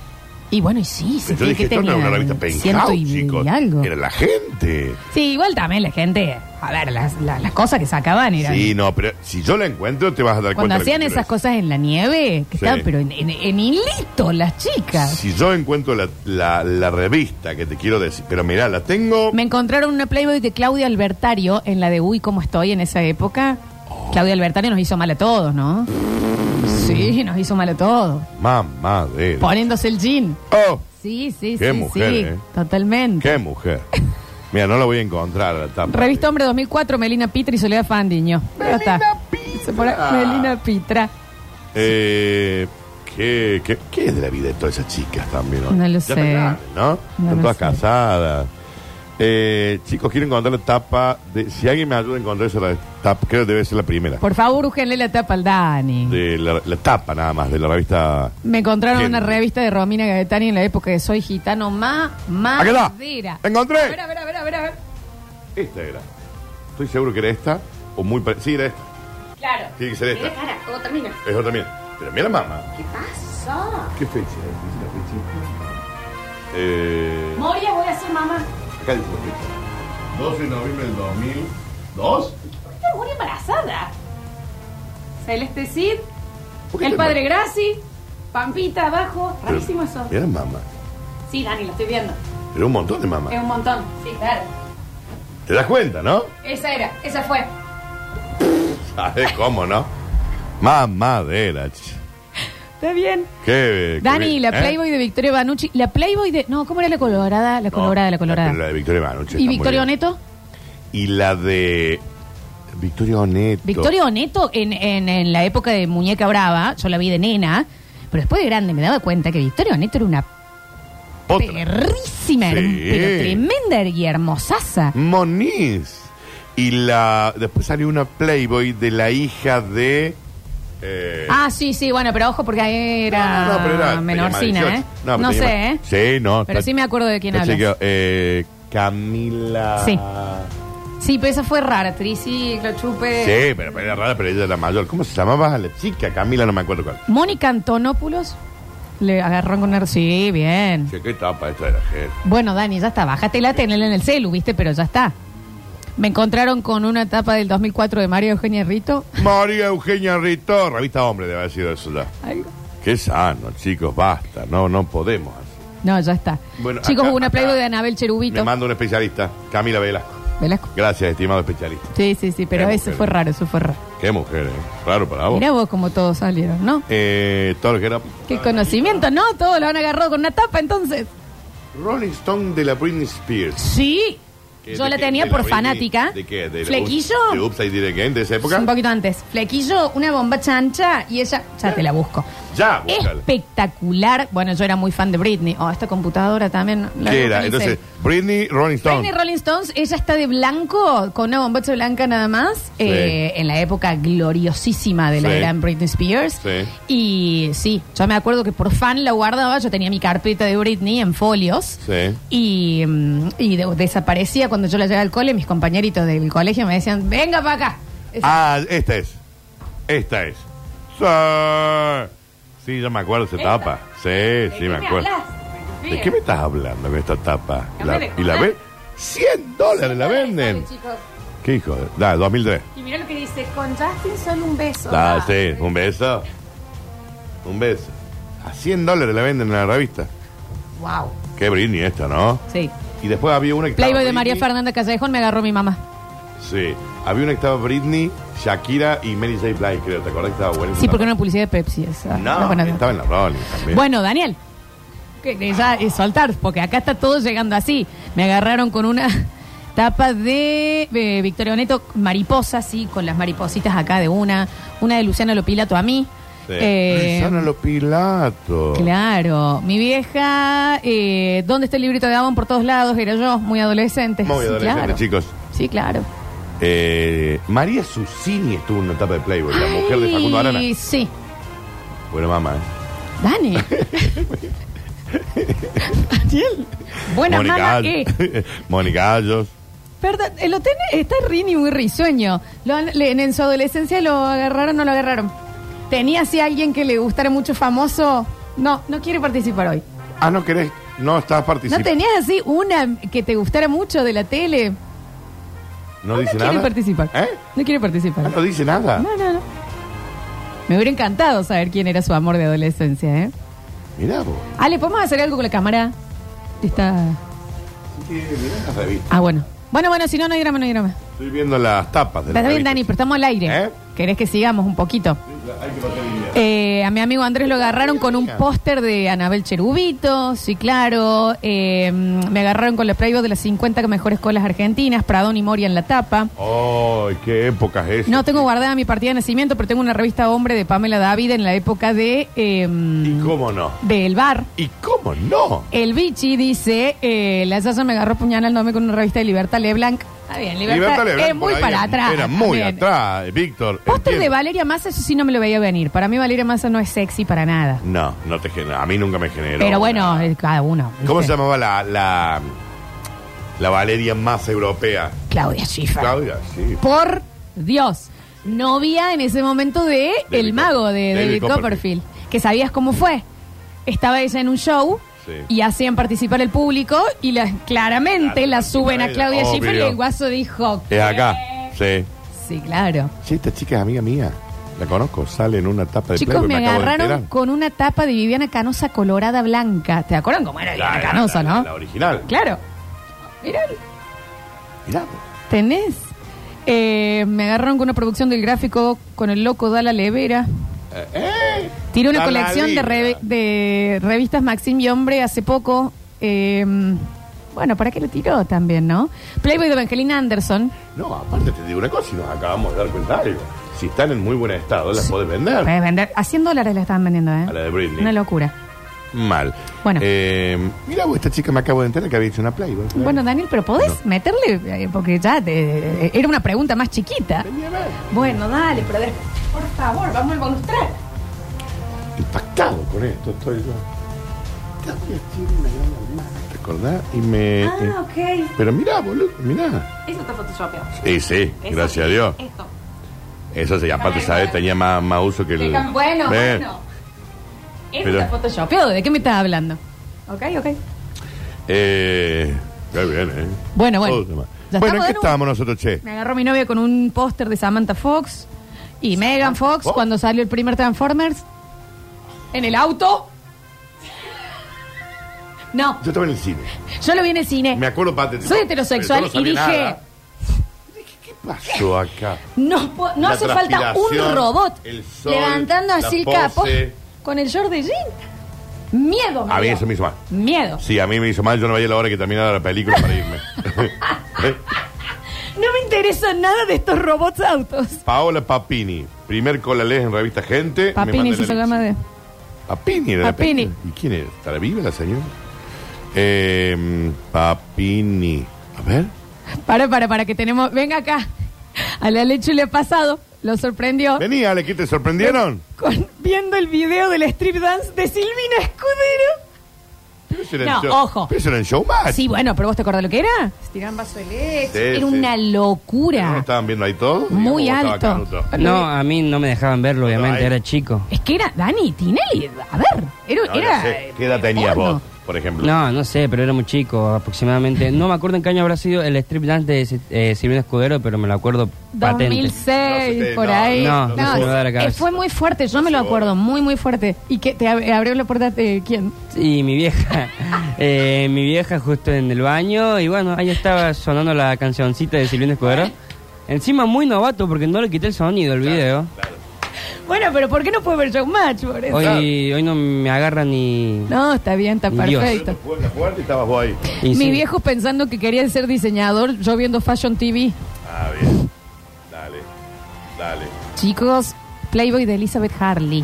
Speaker 1: Y bueno, y sí, sí,
Speaker 3: Pero yo dije,
Speaker 1: que
Speaker 3: esto no
Speaker 1: tenía
Speaker 3: era una revista
Speaker 1: ciento
Speaker 3: Penthouse,
Speaker 1: y
Speaker 3: chicos.
Speaker 1: algo.
Speaker 3: Era la gente.
Speaker 1: Sí, igual también la gente, a ver, las, las, las cosas que sacaban eran...
Speaker 3: Sí, no, pero si yo la encuentro te vas a dar
Speaker 1: Cuando
Speaker 3: cuenta. de lo que
Speaker 1: hacían
Speaker 3: quiero
Speaker 1: esas
Speaker 3: decir.
Speaker 1: cosas en la nieve, que
Speaker 3: Sí.
Speaker 1: estaban, pero en, en, en hilito las chicas.
Speaker 3: Si yo encuentro la, la- la revista que te quiero decir, pero mirá, la tengo.
Speaker 1: Me encontraron una Playboy de Claudia Albertario en la de Uy, ¿cómo estoy en esa época? Claudia Albertario nos hizo mal a todos, ¿no? Sí, nos hizo mal a todos.
Speaker 3: Mamá de.
Speaker 1: Poniéndose el jean.
Speaker 3: Oh,
Speaker 1: Sí, sí,
Speaker 3: Qué
Speaker 1: sí,
Speaker 3: mujer,
Speaker 1: sí.
Speaker 3: eh.
Speaker 1: Totalmente.
Speaker 3: qué mujer. Mira, no la voy a encontrar la tapa.
Speaker 1: Revista Hombre 2004, Melina Pitra y Soledad Fandiño. Ya está. Se pone Melina Pitra.
Speaker 3: Eh, ¿qué, qué, qué es de la vida de todas esas chicas también?
Speaker 1: No lo
Speaker 3: Ya
Speaker 1: sé.
Speaker 3: están grandes, ¿no?
Speaker 1: No
Speaker 3: Están
Speaker 1: lo
Speaker 3: todas
Speaker 1: sé.
Speaker 3: casadas. Eh, chicos, quiero encontrar la tapa. De, si alguien me ayuda a encontrar esa la tapa, creo que debe ser la primera.
Speaker 1: Por favor, urgenle la tapa al Dani.
Speaker 3: De la, la tapa nada más, de la revista.
Speaker 1: Me encontraron
Speaker 3: Bien.
Speaker 1: una revista de Romina Gaetani en la época de Soy Gitano más
Speaker 3: ¡Aquí está!
Speaker 1: madera.
Speaker 3: ¡La encontré!
Speaker 1: A ver, a ver, a ver, a ver, a ver.
Speaker 3: Esta era. Estoy seguro que era esta. O muy parecida. Sí, era esta.
Speaker 1: Claro.
Speaker 3: Tiene que ser esta.
Speaker 2: Cara, ¿cómo termina?
Speaker 3: Es otra mía. Pero mira la mamá.
Speaker 2: ¿Qué pasó?
Speaker 3: ¿Qué fecha es? Dice la fecha. Eh,
Speaker 1: Moria, voy a ser mamá.
Speaker 3: acá dice la fecha. 12 de noviembre del 2002.
Speaker 1: Está Moria embarazada. Celeste Cid,
Speaker 3: ¿Por qué
Speaker 1: el
Speaker 3: te-
Speaker 1: padre Graci, Pampita abajo.
Speaker 3: Pero- eh.
Speaker 1: Rarísimo eso.
Speaker 3: Era mamá.
Speaker 1: Sí, Dani, lo estoy viendo.
Speaker 3: Era un montón de mamá.
Speaker 1: Es un montón. Sí, claro.
Speaker 3: ¿Te das cuenta, no?
Speaker 1: Esa era, esa fue. *laughs*
Speaker 3: ¿Sabes cómo, no? Mamadera, ch-
Speaker 1: Está bien.
Speaker 3: Qué. qué
Speaker 1: Dani,
Speaker 3: bien,
Speaker 1: la
Speaker 3: ¿eh?
Speaker 1: Playboy de Victoria Banucci. La Playboy de. No, ¿cómo era la colorada? La
Speaker 3: No,
Speaker 1: colorada, la colorada.
Speaker 3: pero La de Victoria Manucci.
Speaker 1: ¿Y Victoria Oneto?
Speaker 3: Y la de. Victoria Oneto.
Speaker 1: Victoria Oneto, en, en- en la época de Muñeca Brava, yo la vi de nena, pero después de grande me daba cuenta que Victoria Oneto era una
Speaker 3: Otra.
Speaker 1: perrísima, era un-
Speaker 3: Sí. Eh.
Speaker 1: pero tremenda y hermosaza.
Speaker 3: Moniz. Y la. Después salió una Playboy de la hija de. eh,
Speaker 1: Ah, sí, sí, bueno, pero ojo porque era,
Speaker 3: no, no, pero era- tenía
Speaker 1: menorcina,
Speaker 3: más
Speaker 1: ¿eh?
Speaker 3: 18.
Speaker 1: No,
Speaker 3: pero
Speaker 1: sé,
Speaker 3: tenía
Speaker 1: ¿eh?
Speaker 3: más- Sí, no.
Speaker 1: Pero
Speaker 3: está-
Speaker 1: sí me acuerdo de quién
Speaker 3: está
Speaker 1: hablas.
Speaker 3: chequeado. Eh, Camila.
Speaker 1: Sí. Sí, pero esa fue rara, triciclo, chupe.
Speaker 3: Sí, pero, pero era rara, pero ella era mayor. ¿Cómo se llamaba la chica? Camila, no me acuerdo cuál.
Speaker 1: Mónica Antonopoulos le agarró con una... Sí, bien.
Speaker 3: Che, qué tapa esta de la gente.
Speaker 1: Bueno, Dani, ya está, bájatela, tenela en el celu, ¿viste? Pero ya está. Me encontraron con una tapa del 2004 de María Eugenia Rito.
Speaker 3: María Eugenia Rito, revista hombre, debe haber sido eso ya.
Speaker 1: Algo.
Speaker 3: Qué sano, chicos, basta. No, no podemos así.
Speaker 1: No, ya está.
Speaker 3: Bueno,
Speaker 1: Chicos,
Speaker 3: acá-
Speaker 1: hubo una
Speaker 3: acá
Speaker 1: playboy de Anabel
Speaker 3: Me
Speaker 1: Cherubito.
Speaker 3: manda un especialista, Camila Velasco.
Speaker 1: Velasco.
Speaker 3: Gracias, estimado especialista.
Speaker 1: Sí, sí, sí, pero
Speaker 3: Qué
Speaker 1: eso
Speaker 3: mujer.
Speaker 1: fue raro, eso fue raro.
Speaker 3: Qué mujer, ¿eh? Claro para vos.
Speaker 1: Mirá vos cómo todos salieron, ¿no?
Speaker 3: Eh, todo lo que era.
Speaker 1: Qué conocimiento, ¿no? Todos lo han agarrado con una tapa, entonces.
Speaker 3: Rolling Stone de la Britney Spears.
Speaker 1: Sí.
Speaker 3: ¿Qué-
Speaker 1: Yo
Speaker 3: de
Speaker 1: la
Speaker 3: qué?
Speaker 1: tenía
Speaker 3: ¿De
Speaker 1: por
Speaker 3: Britney?
Speaker 1: fanática.
Speaker 3: ¿De qué? ¿De
Speaker 1: Flequillo.
Speaker 3: ¿De Upside Direct Game de esa época?
Speaker 1: Un poquito antes. Flequillo, una bomba chancha y ella. Ya te la busco.
Speaker 3: Ya, búscala.
Speaker 1: Espectacular. Bueno, yo era muy fan de Britney. Oh, esta computadora también. la
Speaker 3: ¿Qué era?
Speaker 1: localicé.
Speaker 3: Entonces, Britney, Rolling Stone.
Speaker 1: Britney Rolling Stones, ella está de blanco, con una bombacha blanca nada más, eh, en la época gloriosísima de la
Speaker 3: Sí.
Speaker 1: gran Britney Spears.
Speaker 3: Sí.
Speaker 1: Y sí, yo me acuerdo que por fan la guardaba, yo tenía mi carpeta de Britney en folios.
Speaker 3: Sí.
Speaker 1: Y, mm, y de- desaparecía cuando yo la llegué al cole, mis compañeritos del colegio me decían, venga para acá. Es-
Speaker 3: Ah, esta es. Esta es. Sí, sí yo me acuerdo de esa
Speaker 1: ¿Esta?
Speaker 3: tapa. Sí, sí,
Speaker 1: qué
Speaker 3: me acuerdo.
Speaker 1: hablas?
Speaker 3: ¿De qué me estás hablando con esta tapa?
Speaker 1: No
Speaker 3: La-
Speaker 1: me
Speaker 3: ¿Y la
Speaker 1: recordás.
Speaker 3: ves? 100 dólares la venden. ¿Qué hijo? de- Da, 2003.
Speaker 1: Y mira lo que dice, con Justin solo un beso.
Speaker 3: Da, Ah, sí, un beso. Un beso. A 100 dólares la venden en la revista.
Speaker 1: Wow.
Speaker 3: Qué Britney esta, ¿no?
Speaker 1: Sí.
Speaker 3: Y después había una que estaba
Speaker 1: Playboy de María
Speaker 3: Britney.
Speaker 1: Fernanda Callejón me agarró mi mamá.
Speaker 3: Sí. Había una que estaba Britney, Shakira y Mary J. Blige, creo. ¿Te acordás que estaba buena?
Speaker 1: Sí, porque era una publicidad de Pepsi esa.
Speaker 3: No,
Speaker 1: No, bueno, no.
Speaker 3: estaba en la Rolling también.
Speaker 1: Bueno, Daniel, que que ya es soltar, porque acá está todo llegando así. Me agarraron con una *laughs* tapa de eh, Victoria Neto, mariposa, sí, con las maripositas acá de una, una de Luciana Lopilato a mí.
Speaker 3: Sí.
Speaker 1: Eh,
Speaker 3: Luciana los Pilatos.
Speaker 1: Claro, mi vieja, eh, ¿dónde está el librito de Avon por todos lados? Era yo, muy adolescente.
Speaker 3: Muy
Speaker 1: Sí,
Speaker 3: adolescente,
Speaker 1: claro.
Speaker 3: chicos.
Speaker 1: Sí, claro.
Speaker 3: Eh, María Susini estuvo en una etapa de Playboy, Pues la mujer de Facundo Arana.
Speaker 1: Ay, Sí,
Speaker 3: Bueno, mamá. ¿eh? *laughs*
Speaker 1: Dani. Daniel. Buena mala,
Speaker 3: Gallo.
Speaker 1: eh.
Speaker 3: *laughs* Mónica Gallos.
Speaker 1: Perdón, eh, lo tiene, está Rini muy risueño. Lo han- le- en su adolescencia lo agarraron o no lo agarraron. ¿Tenía así alguien que le gustara mucho famoso? No, no quiere participar hoy.
Speaker 3: Ah, no querés, no estás
Speaker 1: ¿No
Speaker 3: participando.
Speaker 1: tenías así una que te gustara mucho de la tele?
Speaker 3: No dice
Speaker 1: quiere
Speaker 3: nada.
Speaker 1: participar.
Speaker 3: ¿Eh?
Speaker 1: No quiere participar.
Speaker 3: Ah, no dice nada.
Speaker 1: No, no, no. Me hubiera encantado saber quién era su amor de adolescencia, ¿eh?
Speaker 3: Mirá vos.
Speaker 1: Ale, ¿podemos hacer algo con la cámara? Está...
Speaker 3: Mirá las revistas.
Speaker 1: Ah, bueno. Bueno, bueno, si no, no hay drama, no hay drama.
Speaker 3: Estoy viendo las tapas de
Speaker 1: Está
Speaker 3: las
Speaker 1: bien, Dani, pero
Speaker 3: revistas.
Speaker 1: estamos al aire.
Speaker 3: ¿Eh?
Speaker 1: ¿Querés que sigamos un poquito?
Speaker 3: Hay que bajar el video.
Speaker 1: Eh, a mi amigo Andrés lo agarraron con un póster de Anabel Cherubito, sí, claro. Eh, me agarraron con la Playboy de las 50 mejores colas argentinas, Pradón y Moria en la tapa.
Speaker 3: ¡Ay, qué época es esa!
Speaker 1: No tengo guardada mi partida de nacimiento, pero tengo una revista hombre de Pamela David en la época de
Speaker 3: ¿Y
Speaker 1: eh,
Speaker 3: cómo no?
Speaker 1: del bar.
Speaker 3: ¿Y cómo no?
Speaker 1: El Bichi dice, eh, la Yaya me agarró puñalándome con una revista de Libertad Leblanc. Está bien, Libertad,
Speaker 3: Libertad Lebrán
Speaker 1: es
Speaker 3: por
Speaker 1: muy
Speaker 3: ahí
Speaker 1: para
Speaker 3: era-
Speaker 1: atrás.
Speaker 3: Era muy
Speaker 1: también.
Speaker 3: atrás, eh, Víctor.
Speaker 1: Póster de
Speaker 3: entiendo.
Speaker 1: Valeria Massa, eso sí no me lo veía venir. Para mí Valeria Massa no es sexy para nada.
Speaker 3: No, no te genera. A mí nunca me generó.
Speaker 1: Pero bueno,
Speaker 3: una-
Speaker 1: eh, cada uno.
Speaker 3: ¿Cómo se
Speaker 1: ¿viste?
Speaker 3: llamaba la, la, la Valeria más europea?
Speaker 1: Claudia Schiffer.
Speaker 3: Claudia, sí.
Speaker 1: Por Dios. Novia en ese momento de
Speaker 3: David
Speaker 1: El Mago de
Speaker 3: Copper-
Speaker 1: David,
Speaker 3: David
Speaker 1: Copperfield. Que sabías cómo fue. Estaba ella en un show
Speaker 3: Sí.
Speaker 1: y hacían participar el público y la- claramente
Speaker 3: Claro,
Speaker 1: la suben a
Speaker 3: ella,
Speaker 1: Claudia
Speaker 3: obvio.
Speaker 1: Schiffer y el guaso dijo.
Speaker 3: Es acá, sí.
Speaker 1: Sí, claro.
Speaker 3: Sí, esta chica es amiga mía. La conozco, sale en una tapa de
Speaker 1: Chicos,
Speaker 3: Playboy,
Speaker 1: me
Speaker 3: acabo de
Speaker 1: agarraron
Speaker 3: enterar.
Speaker 1: con una tapa de Viviana Canosa colorada blanca. ¿Te acuerdan cómo era Viviana
Speaker 3: La-
Speaker 1: Canosa,
Speaker 3: la-
Speaker 1: no?
Speaker 3: la- La original.
Speaker 1: Claro. Mirá,
Speaker 3: Mirá.
Speaker 1: tenés. Eh, me agarraron con una producción del gráfico con el loco Dala Levera.
Speaker 3: Eh, eh.
Speaker 1: Tiré una
Speaker 3: La
Speaker 1: colección de,
Speaker 3: Lalita.
Speaker 1: reve- de revistas Maxim y Hombre hace poco. Eh, bueno, ¿para qué lo tiró también, no? Playboy de Evangelina Anderson.
Speaker 3: No, aparte te digo una cosa, si nos acabamos de dar cuenta de algo. Si están en muy buen estado, las podés vender.
Speaker 1: Puedes vender. A 100 dólares la estaban vendiendo, ¿eh?
Speaker 3: Ah. A la de Britney.
Speaker 1: Una locura.
Speaker 3: Mal.
Speaker 1: Bueno.
Speaker 3: Eh, mira, vos, esta chica me acabo de enterar que había hecho una Playboy.
Speaker 1: Bueno, Daniel, pero ¿podés meterle? Eh, Porque ya te- eh, era una pregunta más chiquita.
Speaker 3: Vení a ver.
Speaker 1: Bueno, dale, pero de- por favor, vamos al bonus track.
Speaker 3: Impactado con esto, estoy yo. Claudia tiene una gran hermana. ¿Te acordás? Y me. eh,
Speaker 1: Ah, ok.
Speaker 3: Pero mirá, boludo, mirá.
Speaker 1: Eso está photoshopeado.
Speaker 3: Sí, sí,
Speaker 1: Eso
Speaker 3: gracias
Speaker 1: sí,
Speaker 3: a Dios.
Speaker 1: Esto.
Speaker 3: Eso sí, aparte, ¿sabes? Tenía más, más uso que el.
Speaker 1: Dejan- Bueno,
Speaker 3: ¿Ves?
Speaker 1: bueno. Eso
Speaker 3: Pero-
Speaker 1: está photoshopeado. ¿De qué me estás hablando? Ok, ok.
Speaker 3: Eh. Qué bien, ¿eh?
Speaker 1: Bueno, bueno.
Speaker 3: Todo tema.
Speaker 1: Ya
Speaker 3: Bueno,
Speaker 1: estamos
Speaker 3: ¿en qué
Speaker 1: de nuevo.
Speaker 3: estábamos nosotros, che?
Speaker 1: Me agarró mi novia con un póster de Samantha Fox y Megan Fox
Speaker 3: Fox?
Speaker 1: cuando salió el primer Transformers. En el auto. No,
Speaker 3: Yo estaba en el cine.
Speaker 1: yo lo vi en el cine.
Speaker 3: Me acuerdo, Pate.
Speaker 1: Soy heterosexual
Speaker 3: pero yo no
Speaker 1: y
Speaker 3: sabía
Speaker 1: dije-
Speaker 3: nada. Dije, ¿Qué pasó acá?
Speaker 1: No, po- no
Speaker 3: La
Speaker 1: hace falta un
Speaker 3: transpiración,
Speaker 1: robot
Speaker 3: el sol,
Speaker 1: levantando
Speaker 3: la
Speaker 1: así el
Speaker 3: pose.
Speaker 1: capo con el short de jean. Miedo,
Speaker 3: A mí
Speaker 1: dio.
Speaker 3: eso me hizo mal.
Speaker 1: Miedo.
Speaker 3: Sí, a mí me hizo mal. Yo no veía la hora que terminara la película para *laughs* irme. ¿Eh?
Speaker 1: No me interesa nada de estos robots autos.
Speaker 3: Paola Papini, primer cola les en revista Gente. me
Speaker 1: Papini
Speaker 3: manda
Speaker 1: se
Speaker 3: la
Speaker 1: llama
Speaker 3: lista.
Speaker 1: de.
Speaker 3: Papini era la
Speaker 1: Papini.
Speaker 3: película. ¿Y quién era? ¿Estará viva la señora? Eh, Papini. A ver.
Speaker 1: Para, para, para que tenemos. Venga acá. A la leche le ha pasado. Lo sorprendió.
Speaker 3: Vení, Ale, ¿qué te sorprendieron?
Speaker 1: Con- viendo el video del strip dance de Silvina Escudero.
Speaker 3: Pero eso era
Speaker 1: No,
Speaker 3: en show-
Speaker 1: ojo.
Speaker 3: Pero eso era en Showmatch.
Speaker 1: Sí, bueno, pero vos te acordás lo que era. Tiraban vaso de leche.
Speaker 3: Sí,
Speaker 1: era
Speaker 3: sí.
Speaker 1: una
Speaker 3: ¿No
Speaker 1: locura.
Speaker 3: estaban viendo ahí todo?
Speaker 1: Muy
Speaker 3: Digamos,
Speaker 1: alto.
Speaker 3: estaba Canuto.
Speaker 6: No, a mí no me dejaban verlo, obviamente,
Speaker 3: ahí.
Speaker 6: era chico.
Speaker 1: Es que era Dani Tinelli. A ver, era.
Speaker 3: No,
Speaker 1: era
Speaker 3: no sé, ¿qué edad tenías
Speaker 1: porno.
Speaker 3: vos? por ejemplo.
Speaker 6: No, no sé, pero era muy chico aproximadamente. No me acuerdo en qué año habrá sido el strip dance de Sil- eh, Silvina Escudero, pero me lo acuerdo patente.
Speaker 1: 2006,
Speaker 3: No, se te-
Speaker 1: por
Speaker 3: no,
Speaker 1: ahí.
Speaker 6: no, no se me da la
Speaker 1: eh,
Speaker 6: cabeza.
Speaker 1: fue muy fuerte, yo me lo acuerdo, muy, muy fuerte. ¿Y que te ab- abrió la puerta de quién?
Speaker 6: Y mi vieja, *laughs* eh, mi vieja justo en el baño, y bueno, ahí estaba sonando la cancioncita de Silvina Escudero. Encima muy novato porque no le quité el sonido al video.
Speaker 1: Bueno, pero ¿por qué no puede ver Showmatch por eso?
Speaker 6: Hoy, hoy no me agarra ni...
Speaker 1: No, está bien, está
Speaker 6: Dios.
Speaker 1: perfecto.
Speaker 3: Fuerte, fuerte, y estabas vos ahí.
Speaker 6: y
Speaker 1: Mi
Speaker 6: sí.
Speaker 1: viejo pensando que quería ser diseñador, yo viendo Fashion TV.
Speaker 3: Ah, bien. Dale, dale.
Speaker 1: Chicos, Playboy de Elizabeth Harley.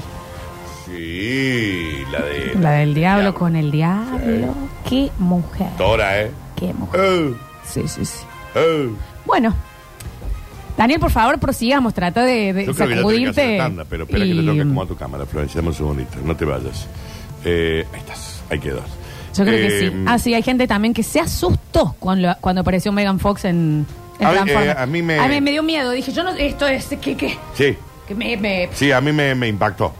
Speaker 3: Sí, la de...
Speaker 1: La del diablo con el diablo. Qué mujer,
Speaker 3: Tora, ¿eh?
Speaker 1: qué mujer.
Speaker 3: Eh,
Speaker 1: Sí, sí, sí.
Speaker 3: eh.
Speaker 1: Bueno. Daniel, por favor, prosigamos. Trata de, de
Speaker 3: Yo creo que ya tenés que hacer
Speaker 1: sacudirte.
Speaker 3: la tanda, pero espera
Speaker 1: y-
Speaker 3: que le tengo que acomodar tu cámara, Florencia. Dame un segundito, no te vayas. Eh, ahí estás, ahí quedas.
Speaker 1: Yo creo que
Speaker 3: Eh,
Speaker 1: sí. Ah, sí, hay gente también que se asustó cuando, cuando apareció Megan Fox en, en
Speaker 3: A mí,
Speaker 1: Transformers.
Speaker 3: eh, a mí me-
Speaker 1: A mí me dio miedo. Dije, yo no... Esto es... que que
Speaker 3: Sí,
Speaker 1: que me, me-
Speaker 3: sí, a mí me, me impactó.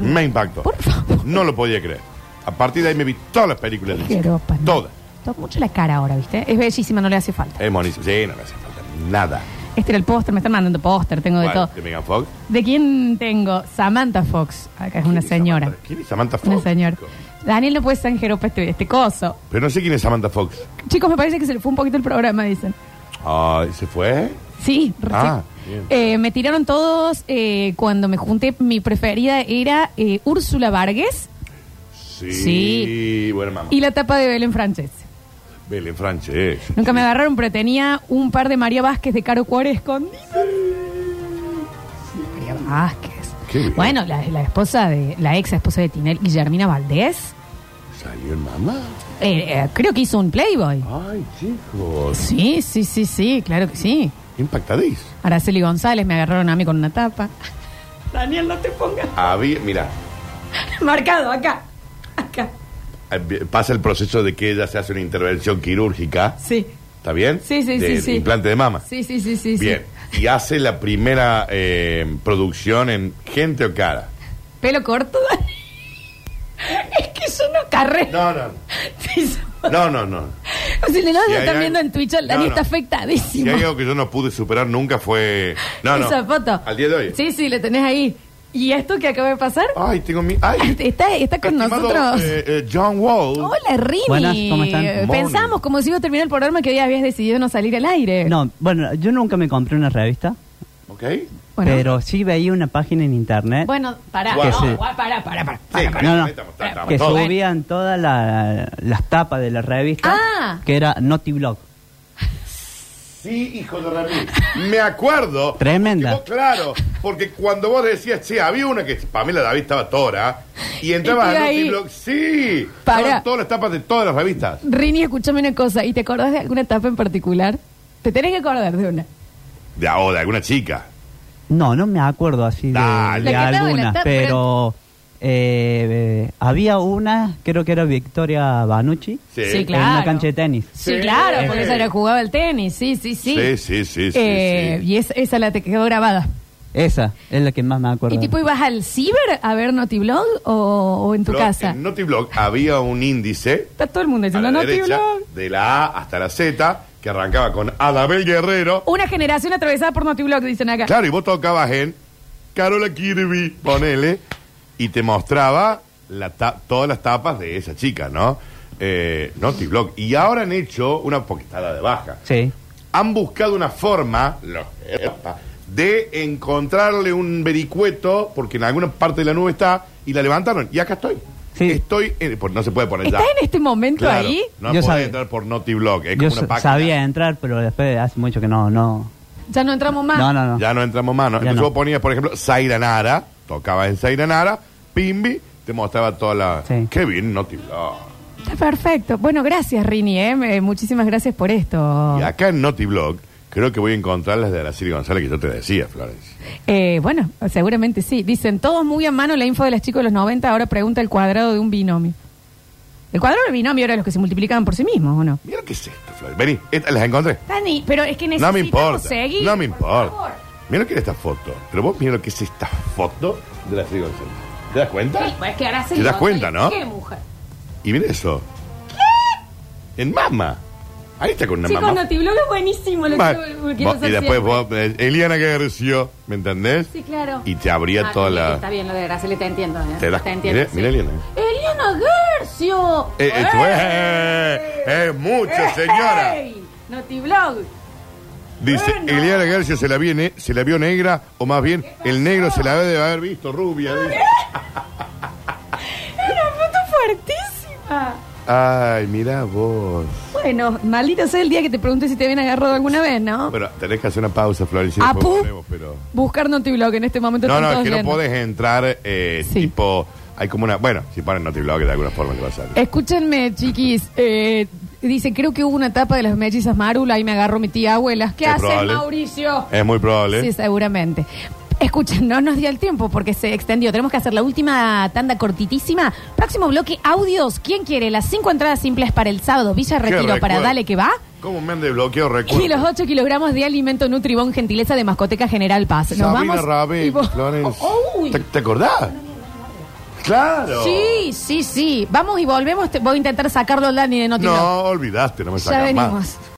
Speaker 3: Me impactó.
Speaker 1: Por favor.
Speaker 3: No lo podía creer. A partir de ahí me vi todas las películas. de Disney.
Speaker 1: Pero, pa, no.
Speaker 3: Todas.
Speaker 1: Toca pues, mucho la cara ahora, ¿viste? Es bellísima, no le hace falta.
Speaker 3: Es monísimo. Sí, no me hace falta nada.
Speaker 1: Este era el póster, me están mandando póster, tengo de
Speaker 3: ¿Cuál?
Speaker 1: todo.
Speaker 3: ¿De Megan Fox?
Speaker 1: ¿De quién tengo? Samantha Fox. Acá es una
Speaker 3: ¿Quién es
Speaker 1: señora.
Speaker 3: Samantha? ¿Quién es Samantha Fox?
Speaker 1: Una señora. Daniel no puede ser jeropa este, este coso.
Speaker 3: Pero no sé quién es Samantha Fox.
Speaker 1: Chicos, me parece que se le fue un poquito el programa, dicen.
Speaker 3: Ay, ¿se fue?
Speaker 1: Sí, recién.
Speaker 3: Ah, bien.
Speaker 1: Eh, me tiraron todos eh, cuando me junté. Mi preferida era eh, Úrsula Vargas
Speaker 3: Sí.
Speaker 1: Sí.
Speaker 3: Buena mamá. eh.
Speaker 1: y la tapa de Belén Francés.
Speaker 3: Belén Frances.
Speaker 1: Nunca me agarraron, pero tenía un par de María Vázquez de Caro Cuore escondidas. María Vázquez.
Speaker 3: Qué bien.
Speaker 1: Bueno, la, la esposa de, la ex esposa de Tinel, Guillermina Valdés,
Speaker 3: ¿Salió el mamá?
Speaker 1: eh, eh, creo que hizo un Playboy.
Speaker 3: Ay, chicos.
Speaker 1: Sí, sí, sí, sí, claro que sí.
Speaker 3: Impactadís.
Speaker 1: Araceli González me agarraron a mí con una tapa. *laughs* Daniel, no te pongas *laughs*
Speaker 3: Había, mira,
Speaker 1: marcado acá. Acá.
Speaker 3: eh, pasa el proceso de que ella se hace una intervención quirúrgica,
Speaker 1: Sí.
Speaker 3: ¿está bien?
Speaker 1: Sí, sí,
Speaker 3: Del
Speaker 1: sí, sí.
Speaker 3: implante de mama.
Speaker 1: Sí, sí, sí, sí. sí.
Speaker 3: bien. Y hace la primera eh, producción en Gente o Cara.
Speaker 1: Pelo corto, Dani. *laughs* Es que yo no carré.
Speaker 3: No, no,
Speaker 1: *laughs* Sí, sí.
Speaker 3: no, no, no.
Speaker 1: *laughs* Si le no
Speaker 3: Si
Speaker 1: lo
Speaker 3: hay
Speaker 1: están
Speaker 3: algo-
Speaker 1: viendo en Twitch, el Dani
Speaker 3: No, no.
Speaker 1: está
Speaker 3: Si
Speaker 1: afectadísimo.
Speaker 3: hay algo que yo no pude superar nunca fue... No,
Speaker 1: *laughs*
Speaker 3: no.
Speaker 1: Esa foto.
Speaker 3: Al día de hoy.
Speaker 1: Sí, sí, lo tenés ahí. ¿Y esto que acaba de pasar?
Speaker 3: Ay, tengo mi... Ay,
Speaker 1: Está, está con
Speaker 3: estimado,
Speaker 1: nosotros.
Speaker 3: eh, eh, John Wall.
Speaker 1: Hola, Rini.
Speaker 7: Buenas, ¿cómo están?
Speaker 1: Eh,
Speaker 3: Morning.
Speaker 1: Pensamos, como si iba a terminar el programa, que hoy habías decidido no salir al aire.
Speaker 7: No, bueno, yo nunca me compré una revista,
Speaker 3: ¿Ok?
Speaker 1: Bueno,
Speaker 7: pero sí veía una página en internet
Speaker 1: Bueno, pará.
Speaker 3: Que
Speaker 1: No,
Speaker 7: sí.
Speaker 1: guau, pará, pará, pará.
Speaker 3: Sí,
Speaker 7: para, no, no.
Speaker 3: ahí estamos, está-
Speaker 7: que
Speaker 3: estamos todos.
Speaker 7: subían todas la- las tapas de la revista,
Speaker 1: Ah.
Speaker 7: que era Notiblog.
Speaker 3: Sí, hijo de Ramírez. Me acuerdo.
Speaker 7: Tremenda.
Speaker 3: Que vos, claro, porque cuando vos decías, che, había una que Pamela David estaba tora y entrabas
Speaker 1: Estuve
Speaker 3: a
Speaker 1: ahí.
Speaker 3: Notiblog, sí.
Speaker 1: Pará.
Speaker 3: Estaban todas las tapas de todas las revistas.
Speaker 1: Rini, escúchame una cosa. ¿Y te acordás de alguna etapa en particular? Te tenés que acordar de una.
Speaker 3: De ahora, alguna chica.
Speaker 7: No, no me acuerdo así de,
Speaker 3: Dale.
Speaker 1: La
Speaker 7: de
Speaker 1: que estaba en la
Speaker 7: algunas,
Speaker 1: tapa,
Speaker 7: pero eh, eh, había una, creo que era Victoria Banucci,
Speaker 3: Sí.
Speaker 1: Sí,
Speaker 7: en
Speaker 1: Claro.
Speaker 7: una cancha de tenis. Eh,
Speaker 1: Sí,
Speaker 3: Sí.
Speaker 1: claro, porque
Speaker 3: Sí.
Speaker 1: esa era jugaba al tenis. Sí, sí, sí.
Speaker 3: Sí, sí, sí, sí,
Speaker 1: Eh,
Speaker 3: sí.
Speaker 1: Y esa, esa la te quedó grabada.
Speaker 7: Esa es la que más me acuerdo.
Speaker 1: ¿Y tipo ibas al ciber a ver Notiblog o, o en tu
Speaker 3: Pero
Speaker 1: casa?
Speaker 3: En Notiblog había un índice
Speaker 1: Está todo el mundo
Speaker 3: a
Speaker 1: diciendo
Speaker 3: la derecha,
Speaker 1: Notiblog.
Speaker 3: de la A hasta la Z, que arrancaba con Adabel Guerrero.
Speaker 1: Una generación atravesada por Notiblog, dicen acá.
Speaker 3: Claro, y vos tocabas en Carola Kirby, ponele, y te mostraba la ta- todas las tapas de esa chica, ¿no? Eh, Notiblog. Y ahora han hecho una poquetada de baja.
Speaker 7: Sí.
Speaker 3: Han buscado una forma los- de encontrarle un vericueto, porque en alguna parte de la nube está, y la levantaron. Y acá estoy.
Speaker 7: Sí.
Speaker 3: Estoy en- por- no se puede poner
Speaker 1: ¿Estás
Speaker 3: ya.
Speaker 1: en este momento
Speaker 3: Claro,
Speaker 1: ahí?
Speaker 3: No
Speaker 7: Yo
Speaker 3: podés
Speaker 7: sabía.
Speaker 3: entrar por Notiblog. Es
Speaker 7: Yo
Speaker 3: como una
Speaker 7: sa-
Speaker 3: página.
Speaker 7: sabía entrar, pero después hace mucho que no, no,
Speaker 1: Ya no entramos más.
Speaker 7: no, no, no.
Speaker 3: Ya no entramos más, ¿no?
Speaker 7: Ah. Ya
Speaker 3: Entonces
Speaker 7: no.
Speaker 3: vos ponías, por ejemplo, Zaira Nara, tocabas en Zaira Nara, Pimbi, te mostraba toda la...
Speaker 7: Sí.
Speaker 3: Qué bien, no te- ah.
Speaker 1: Está perfecto. Bueno, gracias, Rini. ¿eh? Me- Muchísimas gracias por esto.
Speaker 7: Ah.
Speaker 3: Y acá en NotiBlog creo que voy a encontrar las de Araceli González que yo te decía, Florencia.
Speaker 1: Eh, bueno, seguramente sí. Dicen, todos muy a mano la info de las chicos de los 90. Ahora pregunta el cuadrado de un binomio. El cuadrado del binomio era los que se multiplicaban por sí mismos, ¿o no?
Speaker 3: Mira qué es esto, Florencia. Vení, esta- las encontré.
Speaker 1: Dani, pero es que
Speaker 3: No me
Speaker 1: necesitamos
Speaker 3: importa.
Speaker 1: seguir.
Speaker 3: no me
Speaker 1: por favor.
Speaker 3: importa. Mira lo que era esta foto. Pero vos mira lo que es esta foto de Araceli González. ¿Te das cuenta?
Speaker 1: Sí, pues es que Araceli
Speaker 3: ¿Te das
Speaker 1: González,
Speaker 3: cuenta, no?
Speaker 1: Qué mujer.
Speaker 3: Y mira eso. En mama. Ahí está con una
Speaker 1: Chicos,
Speaker 3: mama.
Speaker 1: Notiblog es buenísimo. Lo
Speaker 3: Ma-
Speaker 1: quiero- lo quiero
Speaker 3: Vos-
Speaker 1: hacer
Speaker 3: y después
Speaker 1: siempre.
Speaker 3: vos, eh, Eliana García, ¿me entendés?
Speaker 1: Sí, claro.
Speaker 3: Y te abría
Speaker 1: Ah,
Speaker 3: toda
Speaker 1: sí,
Speaker 3: la.
Speaker 1: Está bien lo de Graciela, te entiendo. ¿eh?
Speaker 3: Te das-
Speaker 1: entiendo.
Speaker 3: mirá- mirá Eliana.
Speaker 1: ¡Eliana Gercio!
Speaker 3: Eh, eh, tú- eh, eh, mucho, señora.
Speaker 1: ¡Ey! Notiblog.
Speaker 3: Dice,
Speaker 1: Bueno.
Speaker 3: Eliana García se la, vi ne- se la vio negra, o más bien, el negro se la debe haber visto rubia. dice.
Speaker 1: ¡Una foto fuertísima!
Speaker 3: Ay, mirá vos.
Speaker 1: Bueno, maldita sea el día que te pregunte si te habían agarrado alguna vez, ¿no?
Speaker 3: Bueno, tenés que hacer una pausa, Florencia. después
Speaker 1: Apu,
Speaker 3: volvemos, pero...
Speaker 1: buscar Notiblog en este momento.
Speaker 3: No,
Speaker 1: están
Speaker 3: no, es
Speaker 1: todos
Speaker 3: que no
Speaker 1: viendo.
Speaker 3: podés entrar eh,
Speaker 1: Sí.
Speaker 3: tipo... Hay como una... Bueno, si ponen notiblog de alguna forma que va a salir.
Speaker 1: Escúchenme, chiquis. eh, dice, creo que hubo una etapa de las mellizas Marula. Ahí me agarró mi tía abuela. ¿Qué
Speaker 3: Es
Speaker 1: haces,
Speaker 3: probable.
Speaker 1: Mauricio?
Speaker 3: Es muy probable.
Speaker 1: Sí, seguramente. Escuchen, *laughs* no nos dio el tiempo porque se extendió. Tenemos que hacer la última tanda cortitísima. Próximo bloque, audios. ¿Quién quiere? Las cinco entradas simples para el sábado. Villa
Speaker 3: Qué
Speaker 1: Retiro para
Speaker 3: recuerdo.
Speaker 1: Dale que va.
Speaker 3: ¿Cómo me han desbloqueado recuerdos?
Speaker 1: Y los 8 kilogramos de alimento Nutribón, gentileza de Mascoteca General Paz. Nos
Speaker 3: Sabina
Speaker 1: vamos.
Speaker 3: Rabin,
Speaker 1: y vos-
Speaker 3: Florencia.
Speaker 1: Uy.
Speaker 3: ¿Te, te acordás? Claro.
Speaker 1: Sí, sí, sí. Vamos y volvemos. Te- Voy a intentar sacarlo, Dani, de Notiblog.
Speaker 3: No, olvidaste, no me
Speaker 1: ya
Speaker 3: sacas
Speaker 1: venimos.
Speaker 3: más.